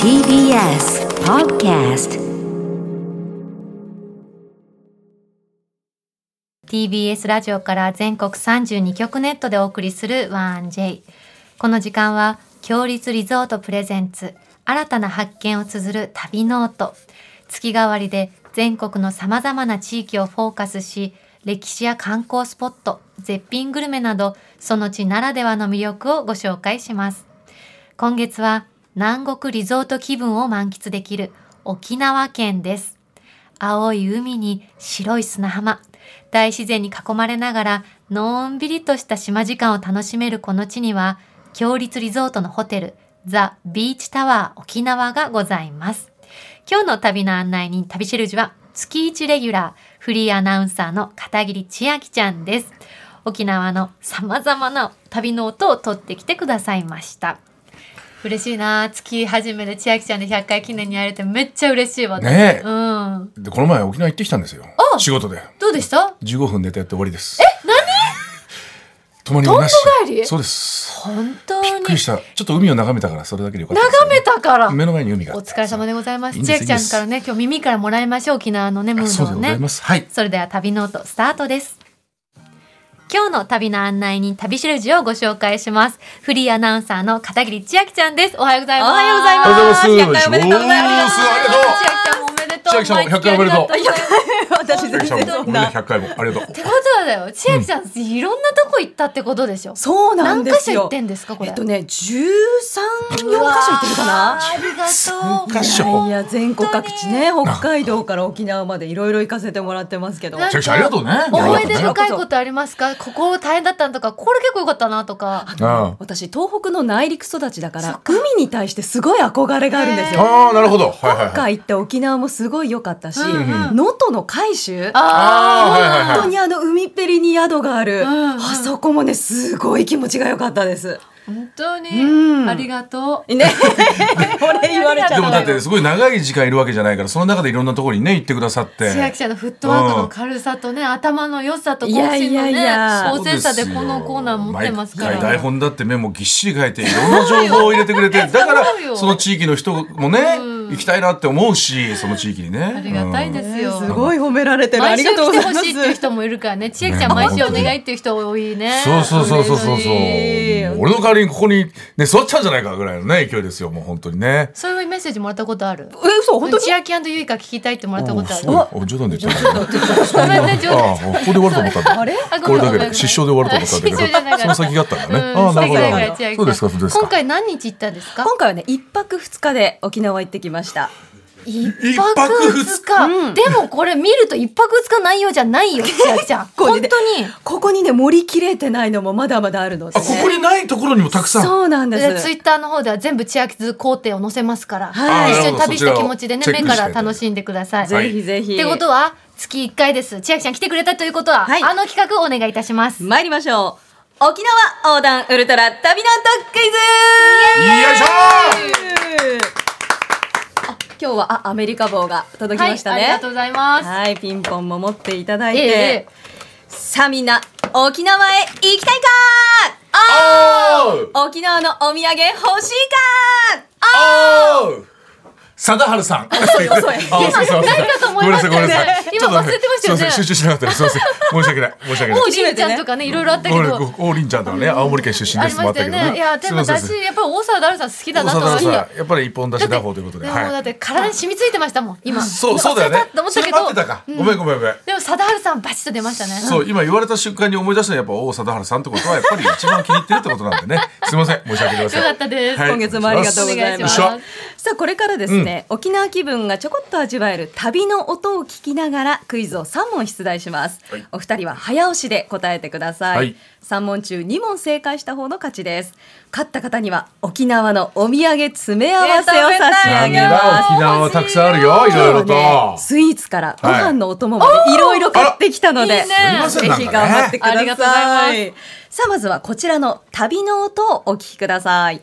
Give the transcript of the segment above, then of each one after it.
TBS Podcast TBS ラジオから全国32局ネットでお送りする 1J この時間は強立リゾートプレゼンツ新たな発見を綴る旅ノート月替わりで全国のさまざまな地域をフォーカスし歴史や観光スポット絶品グルメなどその地ならではの魅力をご紹介します今月は南国リゾート気分を満喫できる沖縄県です青い海に白い砂浜大自然に囲まれながらのんびりとした島時間を楽しめるこの地には強立リゾートのホテルザ・ビーチタワー沖縄がございます今日の旅の案内人旅シェルジュは月1レギュラーフリーアナウンサーの片桐千秋ちゃんです沖縄のさまざまな旅の音を取ってきてくださいました嬉しいな月初めで千秋ちゃんで100回記念に会えるってめっちゃ嬉しいわねえうんでこの前沖縄行ってきたんですよあ仕事でどうでした15分寝てやって終わりですえ何泊まりもなしとんぼ帰りそうです本当びっくにりしたちょっと海を眺めたからそれだけでよかったです眺めたから目の前に海があおって疲れ様でございますいいん千です秋ちゃんからね今日耳からもらいましょう沖縄のねムあーそうドでをございねますはいそれでは旅ノートスタートです今日の旅の案内人旅しるじをご紹介しますフリーアナウンサーの片桐千秋ちゃんですおはようございますおはようございますおはようござい100ます回おめでとうございます千秋ちゃんも100回おめでとうありがとう私千全秋さんもごめ然そんんねな100回もありがとってうことだよ千秋ちゃん、いろんなとこ行ったってことでしょそうな何んで箇す所行っよてんですかこえれっとね13、4箇所行ってるかなありがとう3箇いやい所や全国各地ね北海道から沖縄までいろいろ行かせてもらってますけどなん千秋ちゃんありがとうね思い出ありがと深いことありますかここ大変だったのとかこれ結構良かったなとかうねあ私東北の内陸育ちだから海に対してすごい憧れがあるんですへよああーなるほどはいはい今はい回行った沖縄もすごい良かったしうんうん能登の海州ああーはいはい本は当いにあの海っぺりに宿がある、うんうんあそこもねすごい気持ちが良かったです。ー本当にうんありがとう ね、俺言われちゃったでもだってすごい長い時間いるわけじゃないからその中でいろんなところにね行ってくださって千秋ちゃんのフットワークの軽さとね頭の良さと渾身のいやいやいねや高精査でこのコーナー持ってますから毎回台本だってメモぎっしり書いていろんな情報を入れて くれてだからそうよその地域の人もねうん行きたいなって思うしその地域にねありがたいですよすごい褒められてる。あ毎り週がとう来てござほいしいっまていうす。人もいるからね千秋ちゃん毎週お願いっていう人多いねそうそうそうそうそうそう嬉しい俺の代わりにここにね座っちゃうんじゃないかぐらいのね勢いですよもう本当にねそういうメッセージもらったことあるえ、嘘、本当に。千秋ゆいか聞きたいってもらったことあおるすごいお冗談で言っちゃったごめんね冗談ああここで終わると思ったんだあれ、あごこめんごめれだけんごめんで失笑で終わると思ったんだけ失笑じゃなかったどその先があったんだねうんああなるほ最後どだから千秋さんそうですかそうです今か回何日行ったんですか今回はね、一泊二日で沖縄行ってきました。一泊泊二二日日、でもこれ見ると一泊二日内容じゃないよ千秋ちゃん こ本れで当にここにね、盛りきれてないのもまだまだあるので、あね。ここにないところにもたくさんそうなんででツイす。ッターの方では全部千秋津工程を載せますから、はい一緒にあなるほど旅した気持ちでねそちら目をから楽しんでください。チェックしていただいぜひぜっひ。てことは月1回です千秋ちゃん来てくれたということは、はいあの企画をお願いいたします。参りましょう。沖縄横断ウルトラ旅の特クイズ。よいしょあ今日はあアメリカ棒が届きましたはね。い、ありがとうございます。はい、ピンポンも持っていただいえて、えええさあみんな沖縄へ行きたいかおーおー沖縄のお土産欲しいかおう貞治さん。遅い 遅い何かと思いごめんまなしさたねい、ごめんなさい。今忘れてましたよねちょっとすいません集中しなかったです。すみません。申し訳ない。申し訳ない。おりんちゃんとかねいろいろあったけごめんどなさいご王林ちゃんとはね、青森県出身あでりすまもあしったたよけどね。いね。やでも私やっぱり大沢ダルさん好きだ大なと沢思っさて。ん、だっやっぱり一本出し打法ということてで。もうだはっい。て体に染みついてましたもん今。そう、そうだよ忘れねたと思。っそたれけ待っどて。たか。ごめん、ごめん、ごめん。でも貞治さんバチッと出ましたね。そう、今言われた瞬間に思い出したのはやっぱ王貞治さんってことはやっぱり一番気に入ってるってことなんでね。すみません、申し訳ありません。よかったですはい今月もありがとうございますお願いし さあこれからですね、沖縄気分がちょこっと味わえる旅の音を聞きながらクイズを3問出題します、はいお二人は早押しで答えてください、はい3問中2問正解した方の勝ちです勝った方には沖縄のお土産詰め合わせを差し上何げだます沖縄はたくさんあるよ、いろいろと。スイーツからご飯のお供までいろいろ買ってきたので、あらいいねすぜいませひん頑張ってくなんかねありがだとうござさいい。さあまずはこちらの旅の音をお聞きください。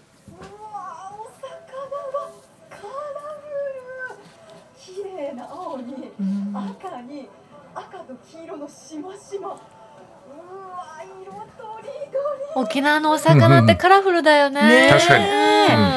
綺麗な青に、赤に赤と黄色のしましまうわ色とりどり沖縄のお魚ってカラフルだよね。ね確かに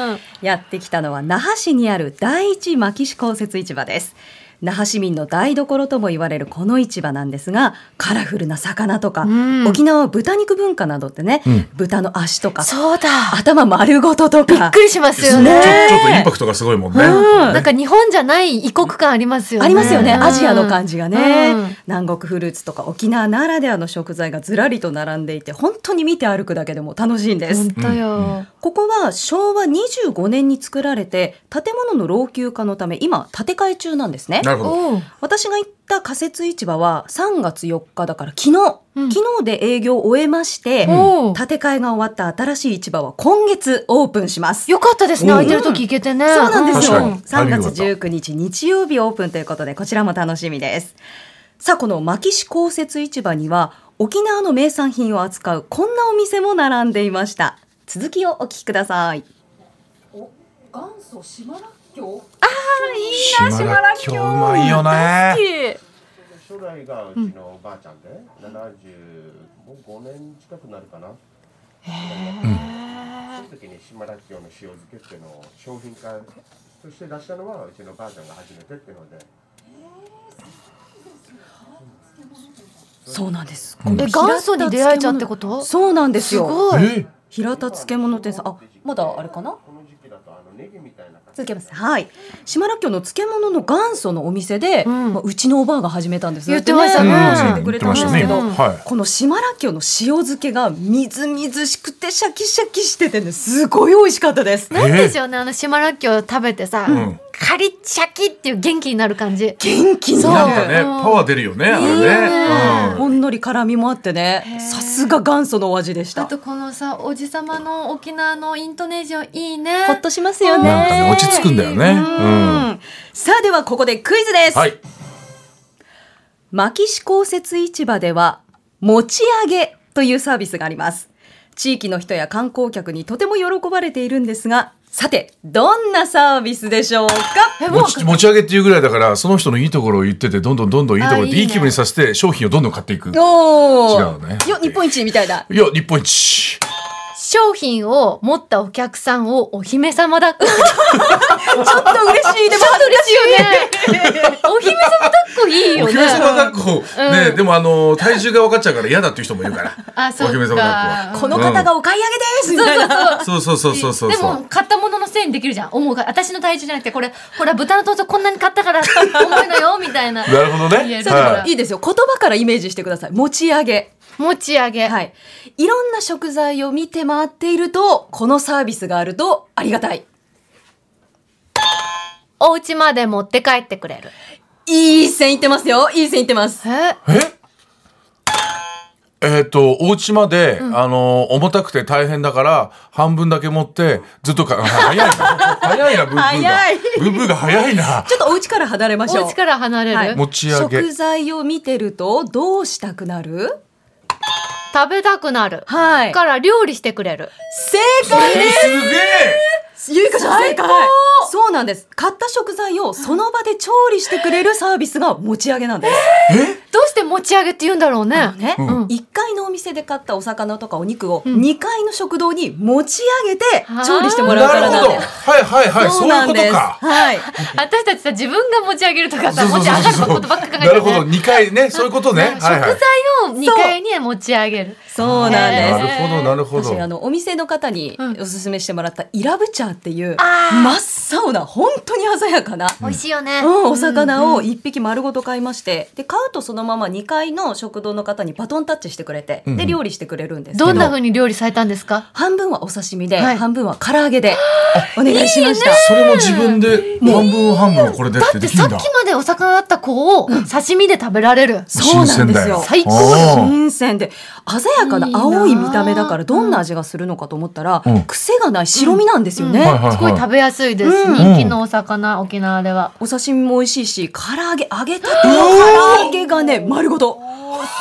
うんやってきたのは那覇市にある第一牧師公設市場です那覇市民の台所とも言われるこの市場なんですがカラフルな魚とか、うん沖縄は豚肉文化などってね、うん豚の足とかそうだ。頭丸ごととびっかくりしますちょよちょね。ちょっとインパクトがすごいもんね。うんなんか日本じゃない異国感ありますよね。ありますよね、うんアジアの感じがね、うん南国フルーツとか沖縄ならではの食材がずらりと並んでいて本当に見て歩くだけでも楽しいんです、本当よ。ここは昭和25年に作られて建物の老朽化のため今建て替え中なんですねなるほど。おう私が行った仮設市場は3月4日だから昨日、うん昨日で営業を終えまして、おう建て替えが終わった新しい市場は今月オープンしますよかったですね。おう空いてる時行けてね。そうなんですよ。確かにタイ3ミングだ月った19日日曜日オープンということで、こちらも楽しみです。さあ、この牧師公設市場には、沖縄の名産品を扱うこんなお店も並んでいました。続きをお聞きください。お元祖島らっきょう島らっきょううまいよね。初代がうちのおばあちゃんで、75年近くなるかな。その時に島らっきょうの塩漬けっていうのを商品化として出したのはうちのばあちゃんが初めてっていうので。そうなんです。え、元祖に出会えちゃうってことそうなんですすよ。ごい。え平田漬物店さん、あ、まだあれかなこの時期だとあのネギみたいな感じ続けます。はい。島らっきょうの漬物の元祖のお店で、ううんまあ、うちのおばあが始めたんです。言ってましたうねんなんうんてね教えてくれたんですけ言ってど、ましたねはい。この島らっきょうの塩漬けがみずみずしくてシャキシャキしててねすごい美味しかったですなんですよね、あの島らっきょう食べてさ、んカリッシャキっていう元気になる感じ。元気にそうななんるかね、うんパワー出るよね、あれね。ほんのり辛みもあってへねーさすが元祖のお味でしあたとこのさ、おじさまの沖縄のイントネーションいいね。ほっとしますようん。ねなんかね、落ち着くんだよね。ううん。んさあではここでクイズです、はい。牧師公設市場では持ち上げというサービスがあります地域の人や観光客にとても喜ばれているんですがさてどんなサービスでしょうかえもう持ち持ち上げっていうぐらいだからその人のいいところを言っててどんどんどんどんいいところあでいいねいい気分にさせて商品をどんどん買っていくいやおー違うねよ日本一みたいな。日本一商品を持ったお客さんをお姫様だっ こ。ちょっちょっと嬉しいでもと嬉しいよね。お姫様だっこいいよおね。姫様抱っこ、うんねでもあの体重が分かっちゃうから嫌だっていう人もいるからあ、そうお姫様抱かっ。この方がお買い上げですみたいな。そうそうそうそうそうでそもう買ったもののせいにできるじゃん思うが私の体重じゃなくてこれほら豚のトーストこんなに買ったから重いのよみたいななるほど言えねるそうはでもいいですよ。言葉からイメージしてください。持ち上げ。持ち上げ、はい。いろんな食材を見て回っていると、このサービスがあるとありがたい。お家まで持って帰ってくれるいい線いってますよ。いい線いってます。えええっとお家まで、あの重たくて大変だから半分だけ持ってずっとか早いな早いなブーブーが早いブーブーが早いなちょっとお家から離れましょう。お家から離れる、はい持ち上げ食材を見てると、どうしたくなる食べたくなる、はい。から料理してくれる正え解ですすげえゆいかちゃん正解そうなんです。買った食材をその場で調理してくれるサービスが持ち上げなんです。どうして持ち上げって言うんだろうねね、うん1階のお店で買ったお魚とかお肉をん2階の食堂に持ち上げてはあ調理してもらうかならるほなどんではいはいはいす。そういうことかはい。私たちさ自分が持ち上げるとかさそうそ持うちそう上がるそうことばっか考えてねなるほど、二回ね、そういうことね。食はい材はい。を2階に持ち上げるそうなんなです。るほど、なるほど私。あのお店の方にうんおすすめしてもらったイラブチャーっていうあー真っ青な本当に鮮やかな、美味しいよね、うん、お魚を1匹丸ごと買いましてで買うとそのまま2階の食堂の方にバトンタッチしてくれてうんうでん料理してくれるんですけどんな風に料理されたんですか半分はお刺身で、はい半分は唐揚げでお願いしました。それも自分で、半分半分これでっだてっでてきさるっんきだ。までお魚だった子を刺身で食べられる、そうなんですよ。最高新鮮で鮮やかな青い見た目いだかいなあらどんな味がするのかと思ったら、うん癖がない白身なんですよね、うんはいはいすごい食べやすいです、うん人気のお魚沖縄ではお刺身も美味しいし唐揚げ揚げたての唐揚げがね丸ごと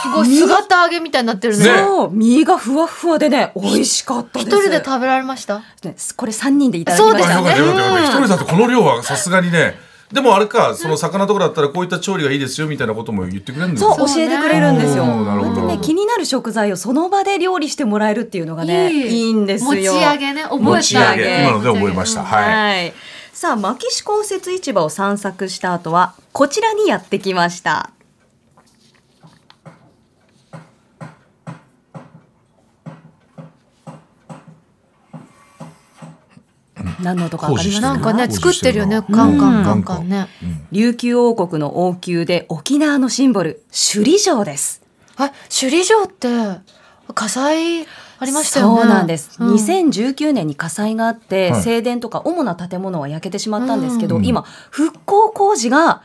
すごい姿揚げみたいになってるねねそう身がふわふわでね美味しかったで一す人で食べられましたねこれ三人でいただきましそうでたすあよかったよかったよかったうん一人だとこの量はさすがにね、でもあれかその魚とかだったらこういった調理がいいですよみたいなことも言ってくれるんですそうそうね教えてくれるんですよ。おーなるこほうやどってね気になる食材をその場で料理してもらえるっていうのがねいいんですよ。持ち上げね、覚えた。持ち上げ今ので覚えましたうんはいはい。さあ、牧志公設市場を散策した後は、こちらにやってきました。何の音かわかりますなんかね、工事作ってるよね、してるカなンカンカンカンね。琉球王国の王宮で沖縄のシンボル、首里城です。あ、首里城って、火災ありましたよね。そうなんです、うん2019年に火災があって、はい正殿とか主な建物は焼けてしまったんですけど、うん今復興工事が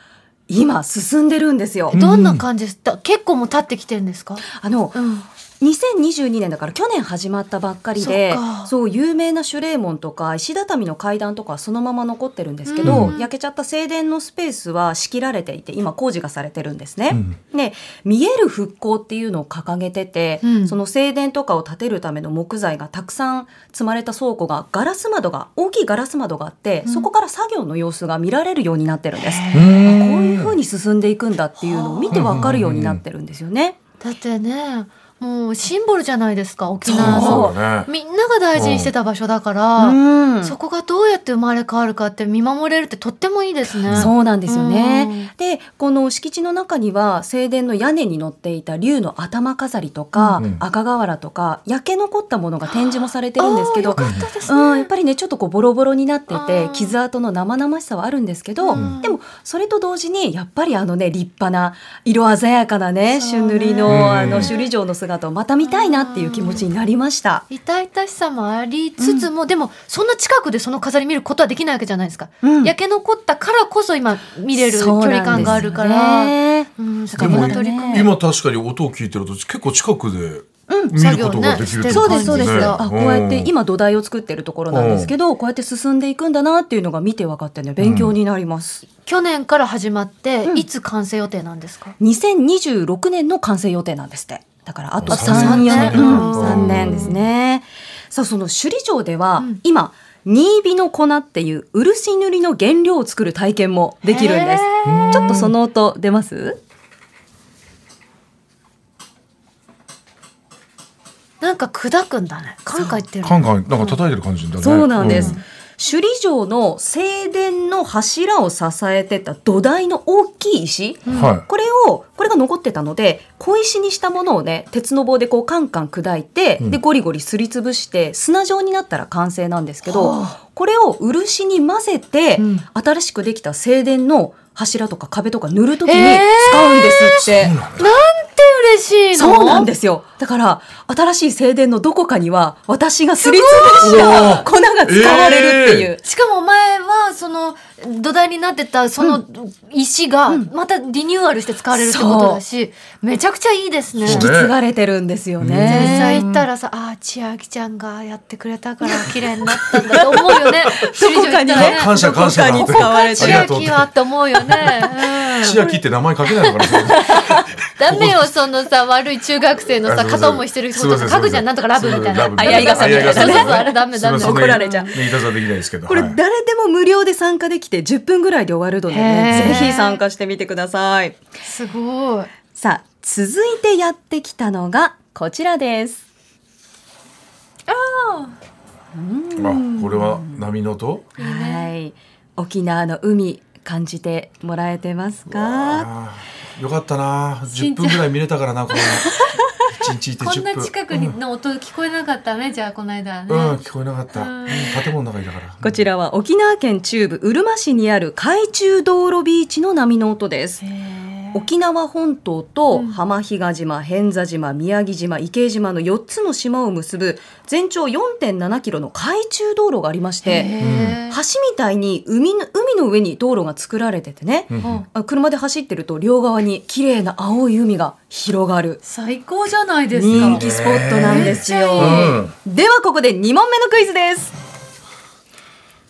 今進んでるんですよ、どんな感じですだ結構もう経ってきてるんですかあのうん。 2022年だから去年始まったばっかりでそっかそう有名な守礼門とか石畳の階段とかはそのまま残ってるんですけど、うん焼けちゃった正殿のスペースは仕切られていて今工事がされてるんですね。で見える復興っていうのを掲げてて、うんその正殿とかを建てるための木材がたくさん積まれた倉庫がガラス窓が大きいガラス窓があって、そこから作業の様子が見られるようになってるんです。こういう風に進んでいくんだっていうのを見てわかるようになってるんですよね。だってね、もうシンボルじゃないですか、沖縄その。うだねみんなが大事にしてた場所だかうら、んそこがどうやって生まれ変わるかって見守れるってとってもいいですね。そうなんですよねう。で、この敷地の中には、正殿の屋根に乗っていた竜の頭飾りとか、うん赤瓦とか、焼け残ったものが展示もされてるんですけあどー、よかったですね。うん、やっぱりねちょっとこうボロボロになっていあてー傷跡の生々しさはあるんですけど、うんでもそれと同時にやっぱりあのね立派な色鮮やかなねそうね朱塗りの,、あのうん首里城の姿をまた見たいなっていう気持ちになりました。痛々しさもありつつも、でもそんな近くでその飾り見ることはできないわけじゃないですか、うん焼け残ったからこそ今見れる距離感があるからうんそこでもの取り組み今確かに音を聞いてると結構近くで見ることができるって作業ねそ感じうですそうです、ねあこうやって今土台を作ってるところなんですけど、こうやって進んでいくんだなっていうのが見て分かってね勉強になります、去年から始まって、うんいつ完成予定なんですか2026年の完成予定なんですってだからあとあ3三年年3年,、ううんん三年ですねさあその首里城では、ん今新火の粉っていう漆塗りの原料を作る体験もできるんですへちょっとその音出ますなんか砕くんだねカンカン言ってるカンカンなんか叩いてる感じだねそうなんです、う首里城の正殿の柱を支えてた土台の大きい石、はいこれをこれが残ってたので小石にしたものをね鉄の棒でこうカンカン砕いて、でゴリゴリすりつぶして砂状になったら完成なんですけど、これを漆に混ぜて、うん新しくできた正殿の柱とか壁とか塗るときにへー使うんですって。嬉しいのそうなんですよ。だから、新しい正殿のどこかには、私がすりつぶした粉が使われるっていう。しかもお前はその土台になってたその石がまたリニューアルして使われるってことだし、めちゃくちゃいいですねそう引き継がれてるんですよ実際ね。行ったらさ、ああ、千秋ちゃんがやってくれたから綺麗になったんだと思うよね。どこかに首里城行ったらね、感謝どこかに感謝使われて千る。ありがとう秋はって思うよね。うん千秋って名前書けないのかなダメよ、そのさ、悪い中学生のさ、片思いしてる人とか、書くじゃん、なんとかラブみたいな。あやい傘みたいな。そうそう、あれダメダメ。怒られちゃう言い方できないですけどこれはい誰でも無料で参加できて10分ぐらいで終わるのでねへ、ーぜひ参加してみてください。すごい。さあ、続いてやってきたのがこちらです。あこれは波の音はい。沖縄の海感じてもらえてますかあーよかったな10分ぐらい見れたからなこの1日いて10こん分な近くうにんの音聞こえなかったね、じゃあ、この間ね。うん聞こえなかったうんうん建物の中にいたからこちらは沖縄県中部うるま市にある海中道路ビーチの波の音です。沖縄本島と浜比嘉島、偏座島、宮城島、池江島の4つの島を結ぶ全長4.7キロの海中道路がありまして、へー橋みたいに海の海の上に道路が作られててね、うんあ車で走ってると両側に綺麗な青い海が広がる最高じゃないですか。人気スポットなんですよ。うんではここで2問目のクイズです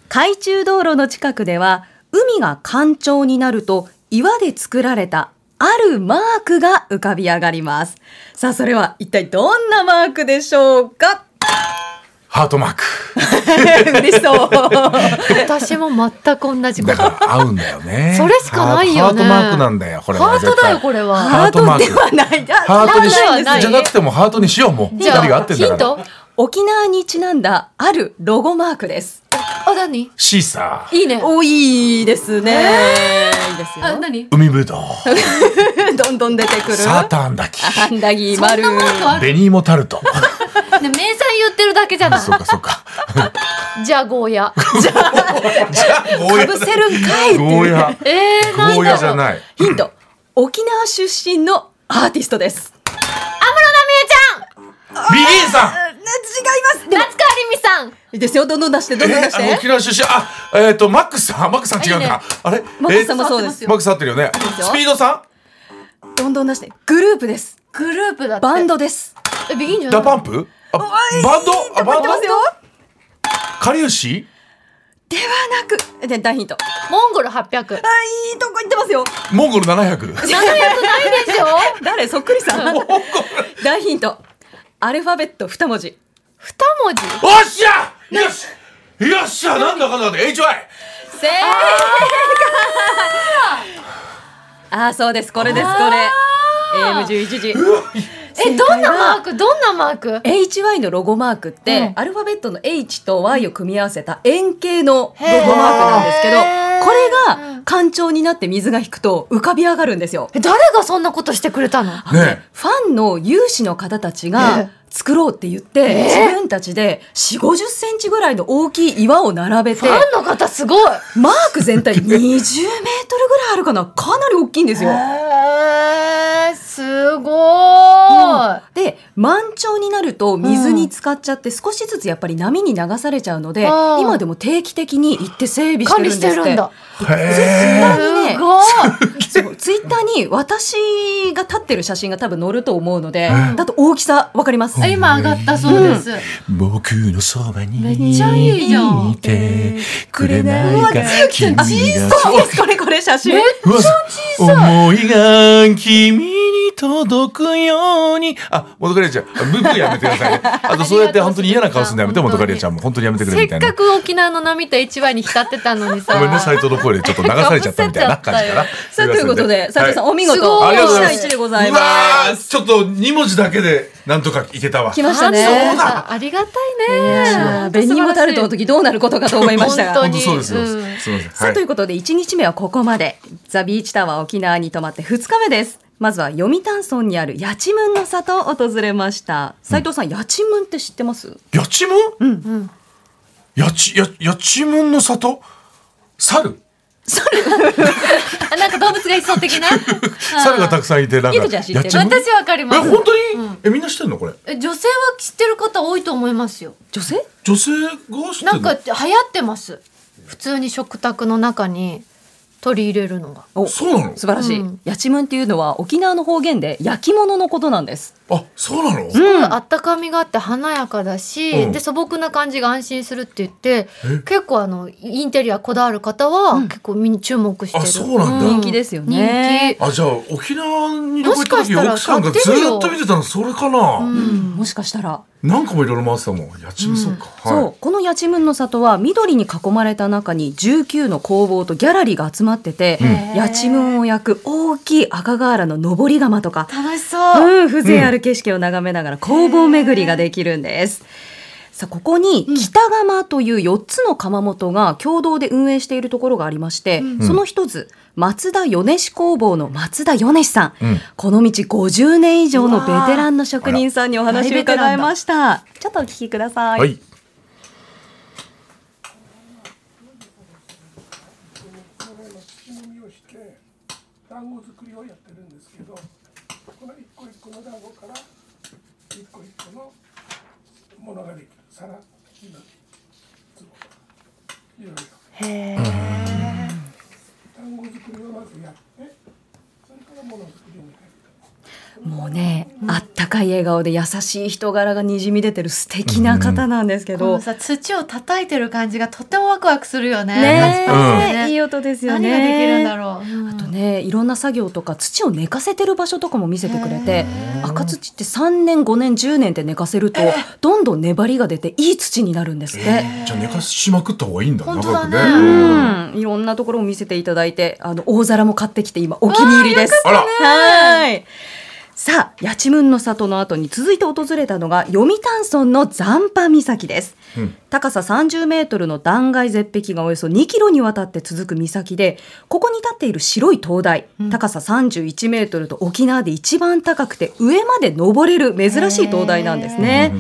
海中道路の近くでは海が干潮になると岩で作られたあるマークが浮 かび上がりますさあそれは一体どんなマークでしょうかハートマーク。嬉しそう。私も全く同じこだと。から合うんだよね。 それしかないよねハートマークなんだよ、これハーはト絶だ対。よこれは。ハハーートトマークではない。ハートにしハートではないじゃなくてもハートにしようもう。二じゃあ人が合ってんだヒンから。ト。沖縄にちなんだあるロゴマークです。あ何？シーサー、いいね。おいいですね。いいですあよ。何？海ぶどう、 どんどん出てくる。サーターアンダギー、アンダギーそんな丸。ものがある。ね紅芋タルト。名産言ってるだけじゃないそ。うかそうか。じゃあゴーヤ。じゃあゴーヤかぶせるんかいってゴーいう。ヤ。えー、なんだろう。ゴーヤじゃない。ヒント。沖縄出身のアーティストです。ビギンさん。違います。夏川りみさん。いいですよ。どんどん出して、どんどん出しえて沖。縄出身あえっ、とマックスさんマックスさん違うかあれマックスさんもえそうですよマックスさん合ってるよねすよスピードさどんどん出して。グループです。グループだって。バンドです。え。ビギンじんゃダない。パンプあバンドあバン出ドますよ。かりゆしではなく、で大ヒント。あモンゴル八百。いいとこ行ってますよ。モンゴル700 七百ないでしょ。誰そっくりさん。大ヒント。アルファベット二文字。二文字。おっしゃよしよっしゃなんだかんだで HY 正解。ああそうですこれですこれ。AM 十一時。えどんなマーク？どんなマーク？ HY のロゴマークって、うんアルファベットの H と Y を組み合わせた円形のロゴマーへークなんですけどこれうがん干潮になって水が引くと浮かび上がるんですよ。え誰がそんなことしてくれたの？ねファンの有志の方たちええが作ろうって言って、自分たちで4 5 0センチぐらいの大きい岩を並べてファンの方すごい。マーク全体20メートル ぐらいあるかなかなり大きいんですよ。えー、すごうーいん。で満潮になると水に浸かっちゃって少しずつやっぱり波に流されちゃうので、うん今でも定期的に行って整備して管るん理でしすっててるんだ。へ本当にねすごい。そうツイッターに私が立ってる写真が多分載ると思うので、うんだと大きさわかります、あ今上がったそうです。僕のそばにめっちゃいいじゃんいてくれないか君がそうですこれこれ写真うわ思いが君に届くように。あ、元カレちゃん、ブーブーやめてくださいね。あとそうやって本当に嫌な顔するのやめて、本当元にカレちゃんも本当にやめてくれせみったいなか。く沖縄の波と一話に浸ってたのにさ。ごめんね、斎藤の声でちょっと流されちゃったみたいな感じかな。さあということで斉藤さん、はいお見事すごいありがとうございま一す。対一でございうまわーすちょっと二文字だけでなんとかいけたわ。来ましたねあそうだありがたいね。あー紅芋タルトの時どうなることかと思いましたが本当本に当そうですよ。すうんみません。さあはといいうことで1日目はここまでザ・ビーチタワー沖縄に泊まって2日目ですまずは読谷村にある八千文の里を訪れました斉藤さん、八千文って知ってますやちむんやち、や、やちむんの里猿あ なんか動物がいそう的な。 猿がたくさんいて、なんゆか、うちゃん知ってるやちむん私わかりえ、ます。本当にえ、みんな知ってんのこれ。え女性は知ってる方多いと思いますよ。女性女性が知ってるなんか流行ってます。普通に食卓の中に取り入れるのが。お素そうなの晴らしい、うん八千文っていうのは沖縄の方言で焼き物のことなんですあそうなの、すごいあったかみがあって華やかだし、うんで素朴な感じが安心するって言って結構あのインテリアこだわる方は結構みんな注目してる、あそうなんだ人気ですよね人あじゃあ沖縄に旅行行ったもしかし時たら奥さん買がっずてるよーっと見てたのそれかな、気、うんもしかしたらなんかもいろいろ回ってたもん家賃そうか、はいそうこの八千文の里は緑に囲まれた中に19の工房とギャラリーが集まってて、ん八千文を焼く大きい赤瓦の登り窯とか、楽しそう、うん、風情ある景色を眺めながら工房巡りができるんです。さあここに北釜という4つの窯元が共同で運営しているところがありまして、その一つ松田米志工房の松田米志さん、うんこの道50年以上のベテランの職人さんにお話うをわー大ベテラ伺ンいだましたちょっとお聞きください、はい仕組みをして団子作りをやってるんですけどこの一個一個の団子から一個一個のものができる皿器壺いろいろへ団子作りをまずやってそれからものづくりに入るもうねあった温かい笑顔で優しい人柄がにじみ出てる素敵な方なんですけこど、のさ土を叩いてる感じがとてもワクワクするよね。ねパチパチえ、いい音ですよ何ねができるんだろう。うんあとねいろんな作業とか土を寝かせてる場所とかも見せてくれて赤土って3年5年10年で寝かせるとどんどん粘りが出ていい土になるんですって。じゃあ寝かしまくった方がいいんだ本当だね長うくねん、いろんなところを見せていただいてあの大皿も買ってきて今お気に入りです。あらはいさあ八千文の里の後に続いて訪れたのが読谷村の残波岬です、うん高さ30メートルの断崖絶壁がおよそ2キロにわたって続く岬でここに立っている白い灯台、高さ31メートルと沖縄で一番高くて上まで登れる珍しい灯台なんですね、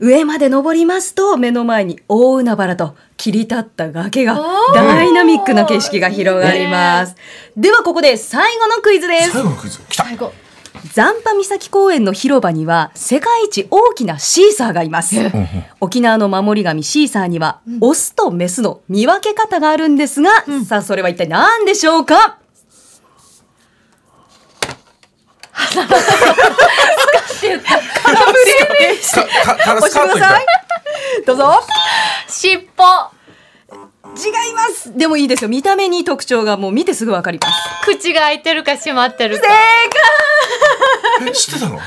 上まで登りますと目の前に大海原と切り立った崖がダイナミックな景色が広がります。ではここで最後のクイズです最。後のクイズ来た最後残波岬公園の広場には世界一大きなシーサーがいます。沖縄の守り神シーサーにはオスとメスの見分け方があるんですが、さあそれは一体何でしょうかかかから押スしてカーくトだいたさい。どうぞ。尻尾違います。でもいいですよ。見た目に特徴がもう見てすぐわかります。口が開いてるか閉まってるか。え知ってたの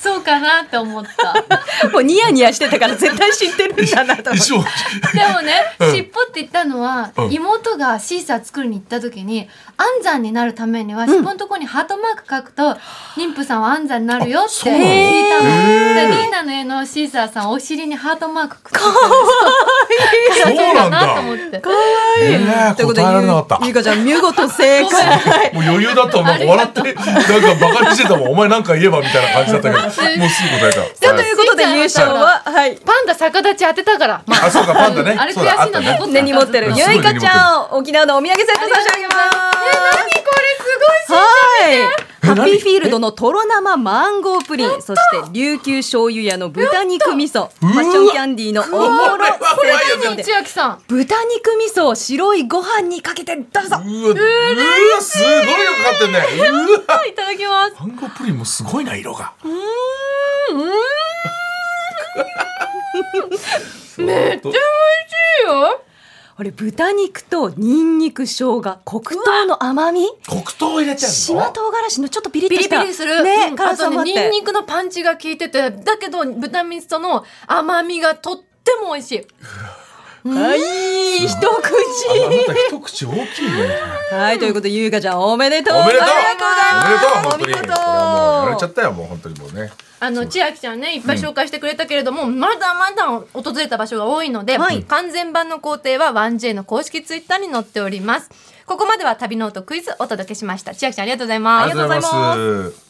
そうかなって思 った。もうニヤニヤしてたから絶対知ってるんだなと思って一応でもね、うん尻尾って言ったのは、うん妹がシーサー作りに行った時に安産になるためには尻尾のところにハートマーク書くと、妊婦さんは安産になるよってそう聞ないのたの。へーでリーナの絵のシーサーさんお尻にハートマークくっつそうけてるなかんなとだ思って。ええということ答でえられなかったゆゆいかちゃん見事正 解もう余裕だったもんなんか笑ってなんかバカにしてたもんお前なんか言えばみたいな感じだったけどもうすぐ答えとたはいいうことで優勝ははいパンダ逆立ち当てた から。まあそうかパンダねあれそうだ悔しいあのったね残った根に持ってるうんゆすごいいかちゃんを沖縄のお土産セット差し上げます何これすごいはいえハ何ッピーフィールドのとろ生マンゴープリンそして琉球醤油屋の豚肉味噌フわァッションキャンディーのおもろ セッ ト千で千秋さん。豚肉味噌を白いご飯にかけてどうぞうわうわすごいのかかってんねうわいただきます。マンゴープリンもすごいな色がめっちゃこれ豚肉とニンニク生姜黒糖の甘み黒糖を入れちゃうの島唐辛子のちょっとピリッとピリしピたリする。ねうんあ辛とさもあっね、てニンニクのパンチが効いてて、だけど豚味噌の甘みがとっても美味しい。はい、一あ口。あなた一口大きいねはい、ということで、ゆうかちゃん、おめでとう。おめでとうあおめりでがとう本当にとこれうございはもうやられまちす。ゃったよもう本当にもうねあの千秋ちゃんねいっぱい紹介してくれたけれども、まだまだ訪れた場所が多いので、はい完全版の工程は 1J の公式ツイッターに載っておりますここまでは旅ノートクイズお届けしました千秋ちゃんありがとうございますます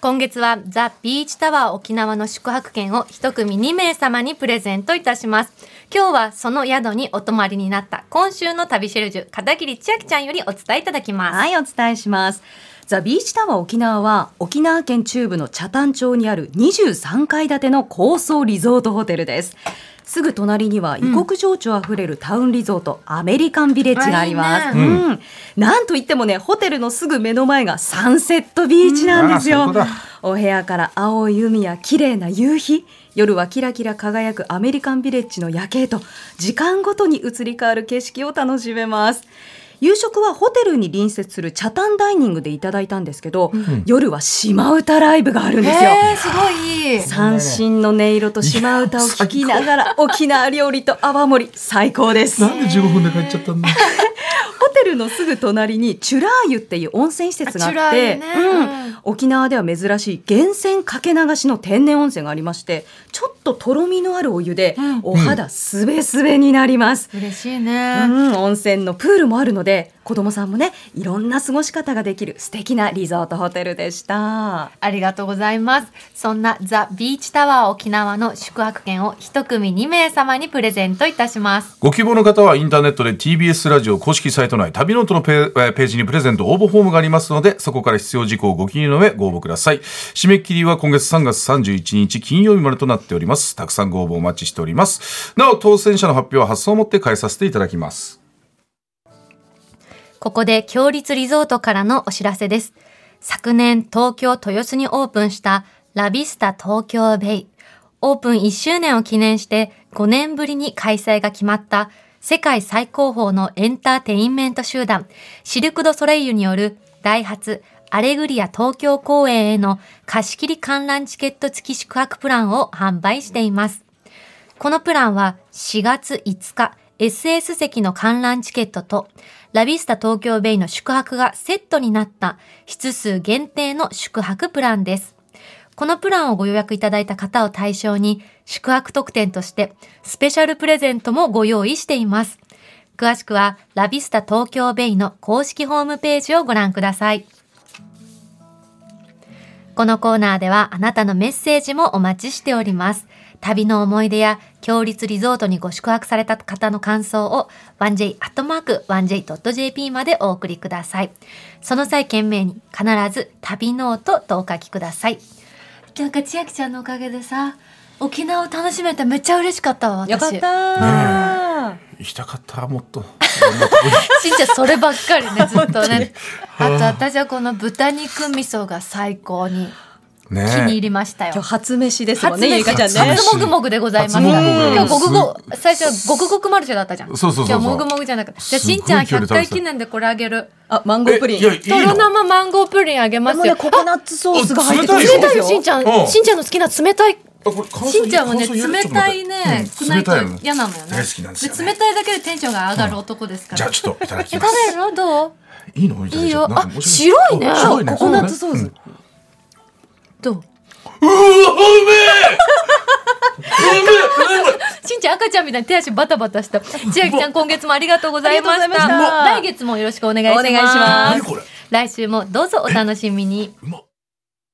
今月はザ・ビーチタワー沖縄の宿泊券を一組2名様にプレゼントいたします今日はその宿にお泊まりになった今週の旅シェルジュ片桐千秋ちゃんよりお伝えいただきます、はい、お伝えします。ザ・ビーチタワー沖縄は沖縄県中部の北谷町にある23階建ての高層リゾートホテルです。すぐ隣には異国情緒あふれるタウンリゾート、アメリカンビレッジがあります。あいうんなんといってもね、ホテルのすぐ目の前がサンセットビーチなんですよ。うんあらそういうことだお部屋から青い海や綺麗な夕日夜はキラキラ輝くアメリカンビレッジの夜景と時間ごとに移り変わる景色を楽しめます夕食はホテルに隣接する茶炭ダイニングでいただいたんですけど、夜は島唄ライブがあるんですよ、へーすごいいい三振の音色と島唄を聴きながら沖縄料理と泡盛り最高ですなんで15分で帰っちゃったんだホテルのすぐ隣にチュラー湯っていう温泉施設があってあチュラうー湯ねうんん、沖縄では珍しい源泉かけ流しの天然温泉がありましてちょっととろみのあるお湯でお肌すべすべになります。嬉しいうね、ん、温泉のプールもあるので子供さんもねいろんな過ごし方ができる素敵なリゾートホテルでした。ありがとうございます。そんなザ・ビーチタワー沖縄の宿泊券を一組2名様にプレゼントいたします。ご希望の方はインターネットで TBS ラジオ公式サイト内旅ノートのペえーページにプレゼント応募フォームがありますのでそこから必要事項をご記入の上ご応募ください締め切りは今月3月31日金曜日までとなっておりますたくさんご応募お待ちしておりますなお当選者の発表は発送をもって返させていただきますここで強立リゾートからのお知らせです。昨年東京豊洲にオープンしたラビスタ東京ベイ。オープン1周年を記念して5年ぶりに開催が決まった世界最高峰のエンターテインメント集団シルク・ド・ソレイユによるダイハツアレグリア東京公演への貸し切り観覧チケット付き宿泊プランを販売しています。このプランは4月5日 SS 席の観覧チケットとラビスタ東京ベイの宿泊がセットになった室数限定の宿泊プランです。このプランをご予約いただいた方を対象に宿泊特典としてスペシャルプレゼントもご用意しています。詳しくはラビスタ東京ベイの公式ホームページをご覧ください。このコーナーではあなたのメッセージもお待ちしております。旅の思い出や、強立リゾートにご宿泊された方の感想を 1j.1j.jp までお送りください。その際、件名に必ず旅ノートとお書きください。なんか千秋ちゃんのおかげでさ、沖縄を楽しめてめっちゃ嬉しかったわ、私。よかった、行きたかったもっとしんちゃんそればっかり ね、ずっとね。あと私はこの豚肉味噌が最高に気に入ねりましたよ今日。初飯ですもんねゆいかちゃんね飯初もぐもぐでございます。初もぐもぐ今日ごくごす最初ごくごくマルシェだったじゃん。そうそうそうそう今日もぐもぐじゃなくて、じゃあすっごいしんちゃん距離100食べ回てた記念でこれあげる。あマンゴープリンえいやいいとろの生マンゴープリンあげまでもすねよ。ココナッツソースが入っててあ冷たいよしんちゃ。うんんしんちゃんの好きな冷たい。あこれ乾燥しんちゃんはね乾燥入冷れるたいねちょっ少なと待いってうん冷たいのと嫌なのよね。大好きなんですよね冷たいだけでテンションが上がる男ですから。じゃあちょっといただきえます食べるのどう？いいのいただちゃったいいよなんか面あ白いねあ白いねココナッツソース、うんどう？うわうめえしんちゃん赤ちゃんみたいに手足バタバタした。千秋ちゃん今月もありがとうございました。ありがとうございました来月もよろしくお願いします。お願いします何これ来週もどうぞお楽しみに。うまっ